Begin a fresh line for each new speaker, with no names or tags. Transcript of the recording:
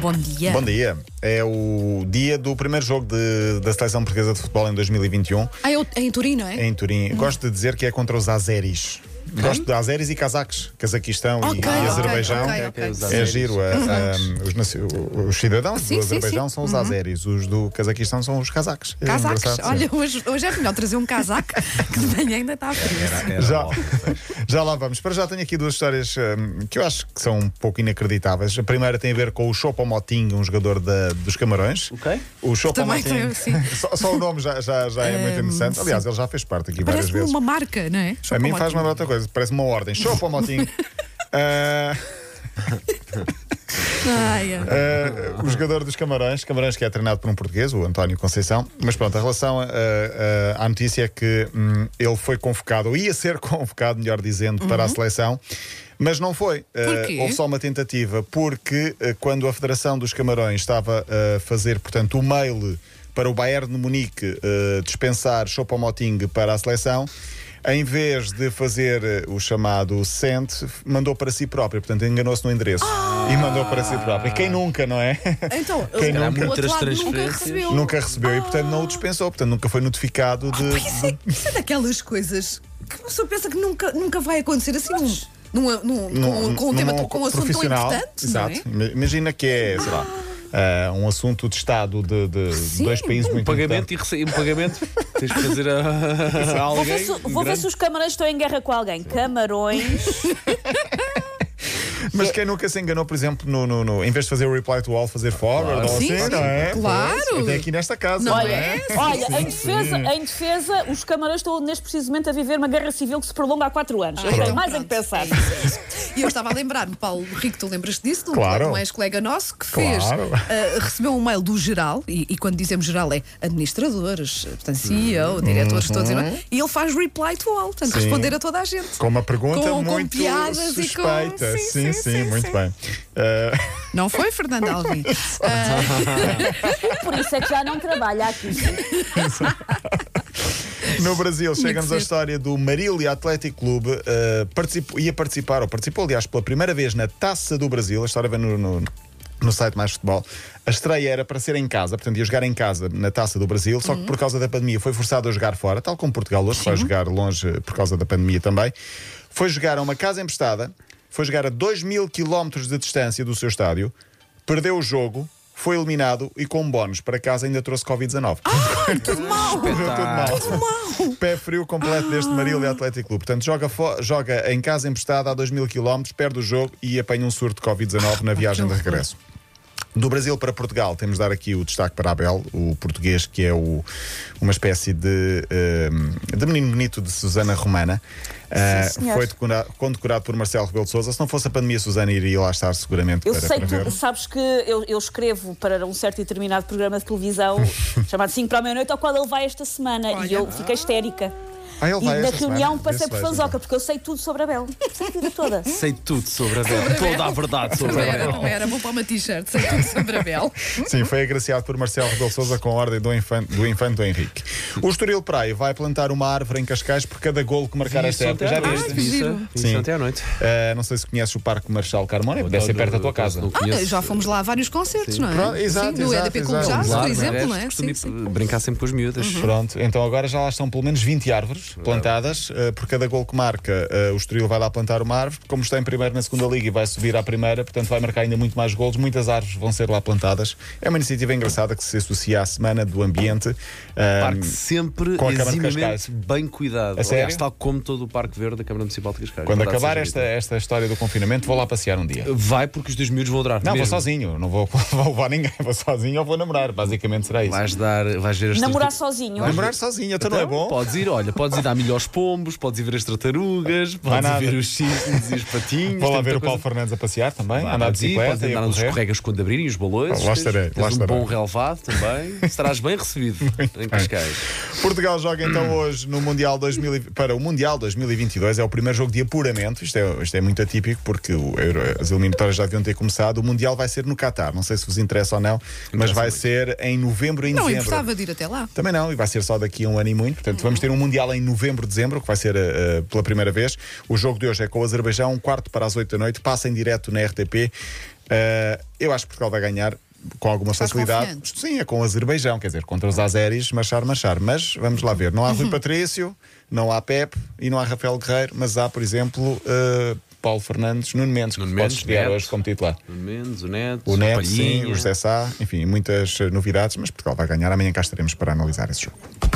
bom dia.
Bom dia. É o dia do primeiro jogo de- da seleção portuguesa de futebol em 2021,
Ah, eu, em Turim, não é?
em Turim. Gosto de dizer que é contra os azeris. Gosto de azeris e cazaques, Cazaquistão e-
Ok,
e,
ok,
Azerbaijão.
ok, ok.
É giro, a- a- os, naci- os cidadãos
Sim,
do
sim,
Azerbaijão
sim. Uhum.
são os azeris, os do Cazaquistão são os cazaques. É
Casacos.
engraçado, sim.
Olha, hoje, hoje é melhor trazer um casaco que de manhã ainda está frio.
É
já, já lá vamos. Para já tenho aqui duas histórias hum, que eu acho que são um pouco inacreditáveis. A primeira tem a ver com o Chopo Moting, um jogador da- dos Camarões.
Ok.
O Chopo
Também
Moting.
tem, sim. Hum,
Só, só o nome já, já, já é muito interessante. Aliás, ele já fez parte aqui várias
Parece-me
vezes.
uma marca, não é?
A mim
Chocomotinho.
faz-me lembrar outra coisa, parece uma ordem. Chopo Moting. Ah,
Ai, é.
Uh, o jogador dos Camarões, Camarões que é treinado por um português, o António Conceição. Mas pronto, a relação uh, uh, à notícia é que hum, ele foi convocado, ou ia ser convocado, melhor dizendo, para a seleção. Mas não foi.
Uhum.
Eh,
Porquê?
houve só uma tentativa, porque uh, quando a Federação dos Camarões estava eh, a fazer, portanto, o mail para o Bayern de Munique uh, dispensar Choupo-Moting para a seleção, em vez de fazer uh, o chamado send, mandou para si próprio, portanto, enganou-se no endereço e mandou para si próprio. E Quem nunca, não é?
Então,
Quem
o
nunca-
outro
Muitas
lado nunca
transferências.
recebeu.
nunca recebeu e, portanto, não o dispensou, portanto, nunca foi notificado de.
Isso é, isso é daquelas coisas que a pessoa pensa que nunca, nunca vai acontecer assim num, num, num, com,
num-
com um tema,
numa
tão- com um assunto tão
profissional.
importante.
Exato.
Não é?
Imagina que é, sei lá, ah, um assunto de Estado de, de dois países
Um
muito
pagamento e rece- um pagamento tens de fazer a, a
Vou
alguém.
ver, se,
um
vou ver
grande.
se os camarões estão em guerra com alguém. Camarões.
importante. Mas quem nunca se enganou, por exemplo, no, no- no- em vez de fazer o reply to all, fazer forward ou
Sim,
assim,
sim,
não é?
claro.
Pois, Até aqui nesta casa, não, é?
Olha, olha em, defesa, em defesa, os camarões estão neste preciso momento a viver uma guerra civil que se prolonga há quatro
Ah,
anos. Eu
Pronto. É
é
tenho mais a que pensar.
E eu estava a lembrar-me, Paulo Rico, tu lembras-te disso? De um,
Claro.
de um ex-colega nosso que fez,
Claro.
ah, recebeu um mail do geral, e, e quando dizemos geral é administradores, eh, portanto, CEO, diretores, todos, e ele faz reply to all, portanto,
Uhum. Sim.
responder a toda a gente.
Com uma pergunta
Com- com
muito
piadas e com-
suspeita.
sim, sim,
sim,
sim,
muito
sim.
bem. Ah,
Não foi, Fernando Alvim?
Por isso é que já não trabalho aqui.
No Brasil, chega-nos
ser.
à história do Marília Atlético Clube. eh, participou- ia participar, ou participou, aliás, pela primeira vez na Taça do Brasil. A história vem no, no- no site Mais Futebol. A estreia era para ser em casa, portanto, ia jogar em casa na Taça do Brasil, só que por causa da pandemia foi forçado a jogar fora, tal como Portugal hoje vai jogar longe eh, por causa da pandemia também. Foi jogar a uma casa emprestada, foi jogar a 2 mil quilómetros de distância do seu estádio, perdeu o jogo, foi eliminado e com um bónus para casa ainda trouxe Covid-19.
Tudo mal!
Correu
Tá.
tudo mal. Pé frio completo deste Marília Atlético Clube. Portanto, joga, fo- joga em casa emprestada a 2 mil km, perde o jogo e apanha um surto de Covid-19
Ah,
na viagem de
horror.
regresso. Do Brasil para Portugal, temos de dar aqui o destaque para Abel, o português que é o- uma espécie de, ehm, de menino bonito de Susana Romana. Ah,
senhor.
foi decora- condecorado por Marcelo Rebelo de Souza. Se não fosse a pandemia, Susana iria lá estar seguramente
Eu
para,
sei
para
que
ver.
tu sabes que eu, eu escrevo para um certo e determinado programa de televisão chamado 5 para a meia-noite, ao qual ele vai esta semana.
Olha.
E eu fico histérica.
Ah, ele
E
vai
na
esta
reunião
semana?
passei
Esse
por
vai,
fanzoca, porque eu sei tudo sobre a Bel. Sei tudo toda.
Sei tudo sobre a Bela. Toda a verdade sobre a
Era,
Bela.
não era, vou para uma t-shirt, sei tudo sobre a Bel.
Sim, foi agraciado por Marcelo Rebelo de Souza com a ordem do infante do, infante do Henrique. O Estoril Praia vai plantar uma árvore em Cascais por cada golo que marcar esta
Isso ontem
época. Já
à noite.
viste?
que
Isso-
giro.
Isso
Sim.
ontem à noite.
Ah, não sei se conheces o Parque Marechal Carmona, deve ser perto da tua casa.
Não
Ah,
conheço.
já fomos lá a vários concertos, não é?
Pronto, exato,
sim, no
exato,
EDP Clube
exato.
Jazz,
Claro,
por exemplo,
mas
não é?
costumo
Sim,
ir
sim.
Brincar sempre com os miúdas.
Pronto, então agora já lá estão pelo menos 20 árvores plantadas. ah, por cada gol que marca, ah, o Estoril vai lá plantar uma árvore. Como está em primeiro na segunda liga e vai subir à primeira, portanto vai marcar ainda muito mais golos. Muitas árvores vão ser lá plantadas. É uma iniciativa engraçada que se associa à Semana do Ambiente. Ah,
Parque sempre
Com a Câmara de Cascais.
eximamente bem cuidado.
A sério?
Aliás, tal como todo o Parque Verde da Câmara Municipal de Cascais.
Quando
Verdade
acabar
seja
esta,
dita.
esta história do confinamento, vou lá passear um dia.
Vai porque os dois miúdos vão adorar.
Não, vou
mesmo.
sozinho, não vou, vou levar ninguém, vou sozinho ou vou namorar, basicamente será isso.
Vais dar, vais
é
ver as
Namorar
tartarugas.
sozinho.
Namorar sozinho, então, não é
Então,
bom?
Podes ir, olha, podes ir dar milho aos pombos, podes ir ver as tartarugas, podes
nada.
ir ver os cisnes e os patinhos.
Vou lá
tem
ver
muita
o Paulo
coisa.
Fernandes a passear também,
Vá,
andar de
podes ir,
bicicleta
podes
e a
andar nos
correr.
escorregas quando abrirem os balões.
Lá
tens-
estarei,
tens
lá
um
estarei.
bom relevado também. Estarás bem recebido em Cascais.
Portugal joga
Hum.
então hoje no Mundial 2000, e- para o Mundial 2022, é o primeiro jogo de apuramento, isto é, isto é muito atípico porque o Euro- as eliminatórias já deviam ter começado, o Mundial vai ser no Qatar, não sei se vos interessa ou não, mas vai ser em novembro e em
Não
dezembro.
importava de ir até lá.
Também não, e vai ser só daqui a um ano e muito. Portanto, vamos ter um Mundial em novembro, dezembro, que vai ser eh, eh, pela primeira vez. O jogo de hoje é com o Azerbaijão, um quarto para as oito da noite, passa em direto na RTP. Eh, eu acho que Portugal vai ganhar com alguma
Estás
facilidade.
confiante?
Sim, é com o Azerbaijão, quer dizer, contra os azeris, machar, machar. Mas vamos lá ver. Não há
Uhum.
Rui Patrício, não há Pepe e não há Rafael Guerreiro, mas há, por exemplo, eh, Paulo Fernandes, Nuno Mendes, que
Nuno
pode
Mendes,
estrear
Neto.
hoje como titular.
Pelo menos o Neto,
O Neto,
Palhinha.
sim, o José Sá, enfim, muitas eh, novidades, mas Portugal vai ganhar. Amanhã cá estaremos para analisar esse jogo.